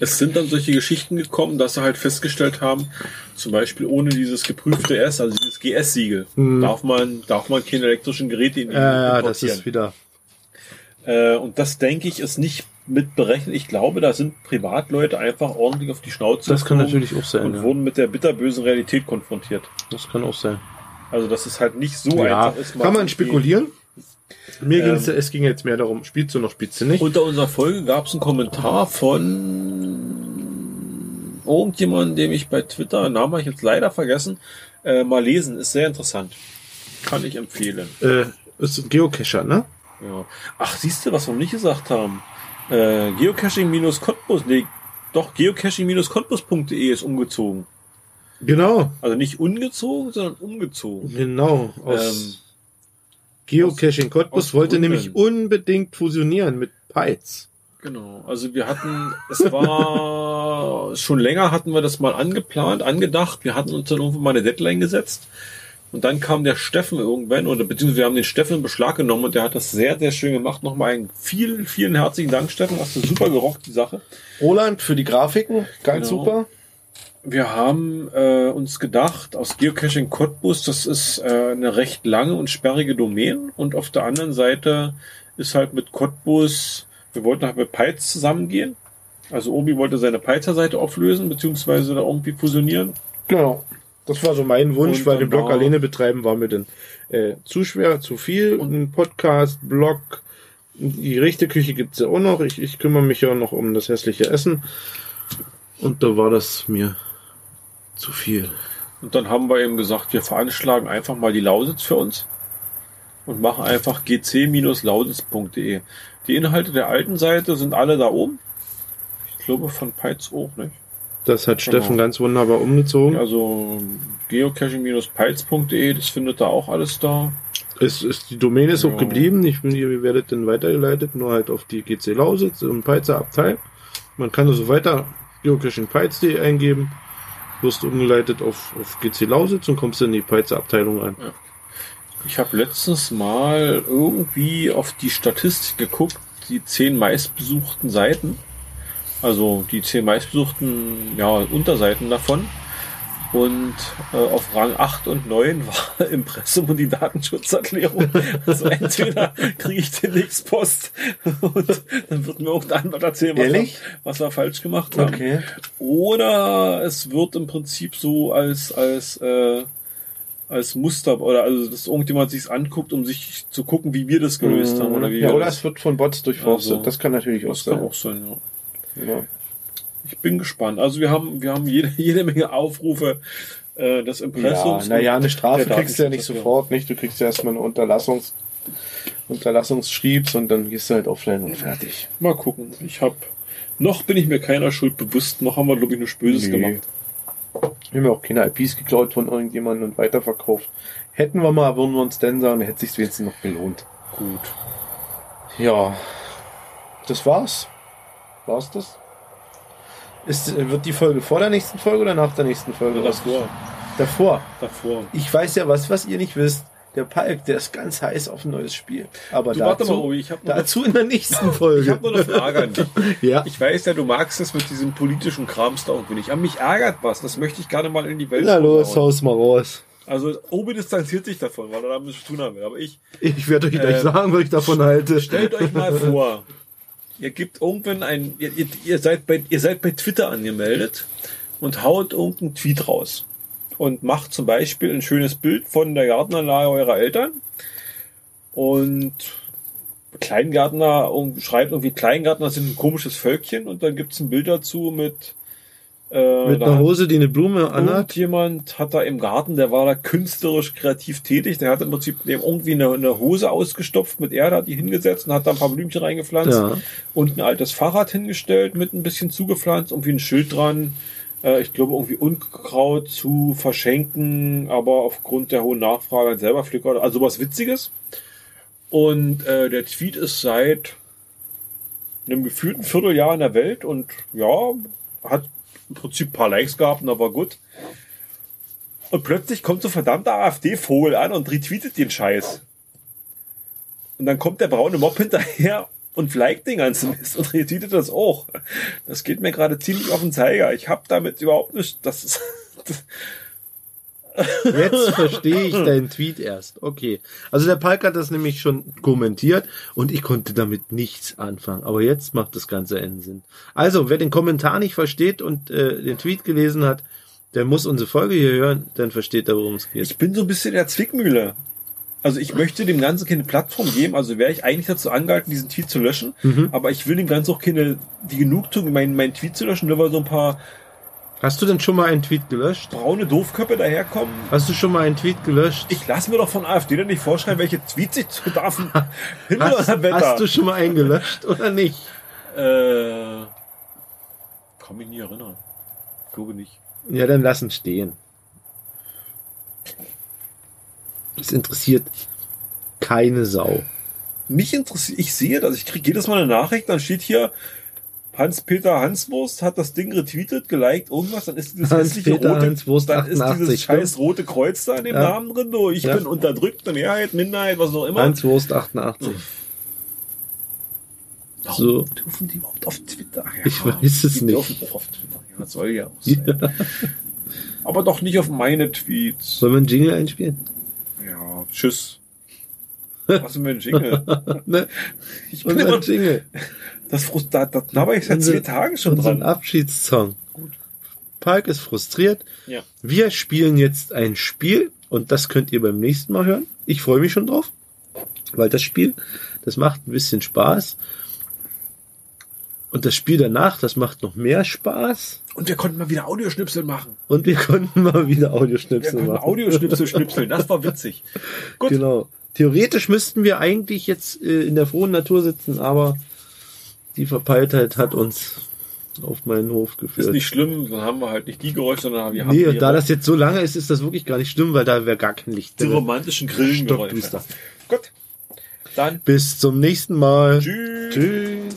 es sind dann solche Geschichten gekommen, dass sie halt festgestellt haben, zum Beispiel ohne dieses geprüfte S, also dieses GS-Siegel,
Hm.
darf, man, darf man keine elektrischen Geräte in die
Ja, ja,
importieren.
das ist wieder.
Äh, und das denke ich ist nicht mit berechnet. Ich glaube, da sind Privatleute einfach ordentlich auf die Schnauze
Das kann
geflogen
natürlich auch sein.
und
ja.
wurden mit der bitterbösen Realität konfrontiert.
Das kann auch sein.
Also dass es halt nicht so
Ja,
einfach ist. mal
kann man
irgendwie-
spekulieren. Mir
Ähm,
ging's, es ging jetzt mehr darum, spielst du noch, spielst du nicht?
Unter unserer Folge gab es einen Kommentar von irgendjemandem, dem ich bei Twitter, Namen habe ich jetzt leider vergessen, äh, mal lesen. Ist sehr interessant. Kann ich empfehlen.
äh, ist ein Geocacher, ne?
Ja. Ach, siehst du, was wir nicht gesagt haben? Äh, Geocaching-Cottbus, nee, doch, geocaching-cottbus.de ist umgezogen.
Genau,
Also nicht ungezogen, sondern umgezogen.
genau.
Ähm,
Aus Geocaching Cottbus
aus
wollte
Gründen.
nämlich unbedingt fusionieren mit Peitz.
Genau, also wir hatten, es war schon länger hatten wir das mal angeplant, angedacht. Wir hatten uns dann irgendwann mal eine Deadline gesetzt. Und dann kam der Steffen irgendwann, oder beziehungsweise wir haben den Steffen in Beschlag genommen und der hat das sehr, sehr schön gemacht. Nochmal einen vielen, vielen herzlichen Dank, Steffen. Hast du super gerockt, die Sache.
Roland für die Grafiken, ganz
Genau.
super.
Wir haben äh, uns gedacht, aus Geocaching Cottbus, das ist äh, eine recht lange und sperrige Domain und auf der anderen Seite ist halt mit Cottbus, wir wollten halt mit Peitz zusammengehen. Also Obi wollte seine Peizer-Seite auflösen, beziehungsweise da irgendwie fusionieren.
Genau. Das war so mein Wunsch,
Und
weil
dann
den Blog
war-
alleine betreiben war mir dann äh, zu schwer, zu viel. Und ein Podcast, Blog, die rechte Küche gibt's ja auch noch. Ich, ich kümmere mich ja noch um das hässliche Essen.
Und da war das mir zu viel.
Und dann haben wir eben gesagt, wir veranschlagen einfach mal die Lausitz für uns und machen einfach gc-lausitz.de. e. Die Inhalte der alten Seite sind alle da oben. Ich glaube von Peitz auch nicht.
Das hat
Genau.
Steffen ganz wunderbar umgezogen.
Also geocaching-peitz.de, das findet da auch alles da.
Es ist, die Domäne ist
Ja.
auch geblieben. Ich bin hier, ihr werdet dann weitergeleitet, nur halt auf die GC Lausitz im Peizer Abteil. Man kann also weiter geocachingpeiz.de eingeben, wirst umgeleitet auf, auf GC Lausitz und kommst in die Peizer Abteilung an.
Ich habe letztens mal irgendwie auf die Statistik geguckt, die zehn meistbesuchten Seiten. Also die zehn meistbesuchten ja, Unterseiten davon. Und äh, auf Rang 8 und 9 war Impressum und die Datenschutzerklärung. Also entweder kriege ich den nächsten Post und dann wird mir auch der Anwalt erzählen, was, wir,
Ehrlich?
was wir falsch gemacht haben. Oder es wird im Prinzip so als, als, äh, als Muster oder also, dass irgendjemand sich's anguckt, um sich zu gucken, wie wir das gelöst haben oder wie
Mhm. ja,
wir
oder es
das,
wird von Bots durchforstet.
Also,
das kann natürlich auch
das kann
sein.
auch sein. Ja.
Ja.
Ich bin gespannt. Also wir haben, wir haben jede, jede Menge Aufrufe äh, des
Ja,
Impressums.
naja, eine Strafe
Der
kriegst du ja nicht
Datenschutz-
sofort, nicht? Du kriegst ja erstmal eine Unterlassungs Unterlassungsschriebs und dann gehst du halt offline und fertig.
Mal gucken. Ich habe noch bin ich mir keiner Schuld bewusst, noch haben wir, glaube ich, nichts Böses
Nee.
gemacht.
Wir haben ja auch keine IPs geklaut von irgendjemandem und weiterverkauft. Hätten wir mal, würden wir uns denn sagen, hätte sich wenigstens noch gelohnt.
Gut.
Ja, das war's. War's das? Ist, wird die Folge vor der nächsten Folge oder nach der nächsten Folge?
Davor.
Davor.
Davor.
Ich weiß ja was, was ihr nicht wisst. Der Palk, der ist ganz heiß auf ein neues Spiel. Aber
Du warte mal,
dazu,
Obi, ich habe noch,
dazu in der nächsten
ich
Folge.
hab noch eine Frage an dich.
Ja.
Ich weiß ja, du magst es mit diesem politischen Krams da irgendwie nicht. Aber mich ärgert was. Das möchte ich gerne mal in die Welt.
Na los,
hauen.
haus mal raus.
Also Obi distanziert sich davon, weil er damit zu tun haben will. Aber ich,
Ich werde euch gleich
Äh,
sagen, was ich davon halte.
stellt euch mal vor, ihr gebt irgendwann ein, ihr, ihr, ihr, seid bei, ihr seid bei Twitter angemeldet und haut irgendeinen Tweet raus. Und macht zum Beispiel ein schönes Bild von der Gartenanlage eurer Eltern. Und Kleingärtner und schreibt irgendwie, Kleingärtner sind ein komisches Völkchen. Und dann gibt's ein Bild dazu mit... Äh,
Mit
da
einer
hat-
Hose, die eine
Oh.
Blume anhat.
Irgendjemand hat da im Garten, der war da künstlerisch kreativ tätig, der hat im Prinzip dem irgendwie eine, eine Hose ausgestopft mit Erde, hat die hingesetzt und hat da ein paar Blümchen reingepflanzt
Ja.
und ein altes Fahrrad hingestellt mit ein bisschen zugepflanzt, irgendwie ein Schild dran. Äh, Ich glaube, irgendwie Unkraut zu verschenken, aber aufgrund der hohen Nachfrage ein selber Flicker oder also sowas Witziges. Und äh, der Tweet ist seit einem gefühlten Vierteljahr in der Welt und ja, hat im Prinzip ein paar Likes gehabt, und aber gut. Und plötzlich kommt so ein verdammter AfD-Vogel an und retweetet den Scheiß. Und dann kommt der braune Mob hinterher und liked den ganzen Mist und retweetet das auch. Das geht mir gerade ziemlich auf den Zeiger. Ich habe damit überhaupt nichts. Das ist. Das,
Jetzt verstehe ich deinen Tweet erst. Okay. Also der Palk hat das nämlich schon kommentiert und ich konnte damit nichts anfangen. Aber jetzt macht das Ganze einen Sinn. Also, wer den Kommentar nicht versteht und äh, den Tweet gelesen hat, der muss unsere Folge hier hören, dann versteht er, worum es geht.
ich bin so ein bisschen in der Zwickmühle. Also ich möchte dem Ganzen keine Plattform geben, also wäre ich eigentlich dazu angehalten, diesen Tweet zu löschen,
Mhm.
aber ich will dem Ganzen auch keine, die Genugtuung, meinen, meinen Tweet zu löschen, nur weil so ein paar
Hast du denn schon mal einen Tweet gelöscht?
braune Doofköpfe daherkommen.
Hast du schon mal einen Tweet gelöscht?
Ich lasse mir doch von AfD dann nicht vorschreiben, welche Tweets ich zu darf. Himmel
hast,
oder Wetter.
hast du schon mal einen gelöscht oder nicht?
Äh, kann mich nie erinnern. Glaube nicht.
Ja, dann lass ihn stehen. Das interessiert keine Sau.
Mich interessiert, ich sehe das, ich kriege jedes Mal eine Nachricht, dann steht hier, Hans-Peter Hanswurst hat das Ding retweetet, geliked, irgendwas, dann ist dieses hässliche
Hans-Peter
rote,
Hanswurst
dann ist
88,
dieses scheiß rote Kreuz da in dem
Ja.
Namen drin, du. Ich
Ja.
bin unterdrückte Mehrheit, Minderheit, was auch immer.
Hans Wurst 88.
Warum dürfen die überhaupt auf Twitter? Ja,
Ich weiß es
die
nicht.
dürfen auch auf Twitter. Ja, das soll ja auch sein. Aber doch nicht auf meine Tweets.
Sollen wir einen Jingle einspielen?
Ja, tschüss. Was ist mein Jingle?
Ne?
Ich bin
Unseren
immer,
Jingle.
das Frust, da, da, da war ich seit
Unsere-
zehn Tagen schon
Unseren
dran.
Abschiedssong. Park ist frustriert.
Ja.
Wir spielen jetzt ein Spiel und das könnt ihr beim nächsten Mal hören. Ich freue mich schon drauf, weil das Spiel, das macht ein bisschen Spaß. Und das Spiel danach, das macht noch mehr Spaß.
Und wir konnten mal wieder Audioschnipsel machen.
Und wir konnten mal wieder
Wir
Audioschnipsel
konnten
machen.
Audioschnipsel schnipseln. Das war witzig. Gut.
Genau. Theoretisch müssten wir eigentlich jetzt äh, in der frohen Natur sitzen, aber die Verpeiltheit hat uns auf meinen Hof geführt.
Ist nicht schlimm, dann haben wir halt nicht die Geräusche, sondern wir ne? haben
nee,
hier
und da das jetzt so lange ist, ist das wirklich gar nicht schlimm, weil da wäre gar kein Licht
die
drin.
romantischen Grillengeräusche.
Stockdüster.
Gut. Dann
Bis zum nächsten Mal.
tschüss.
Tschüss.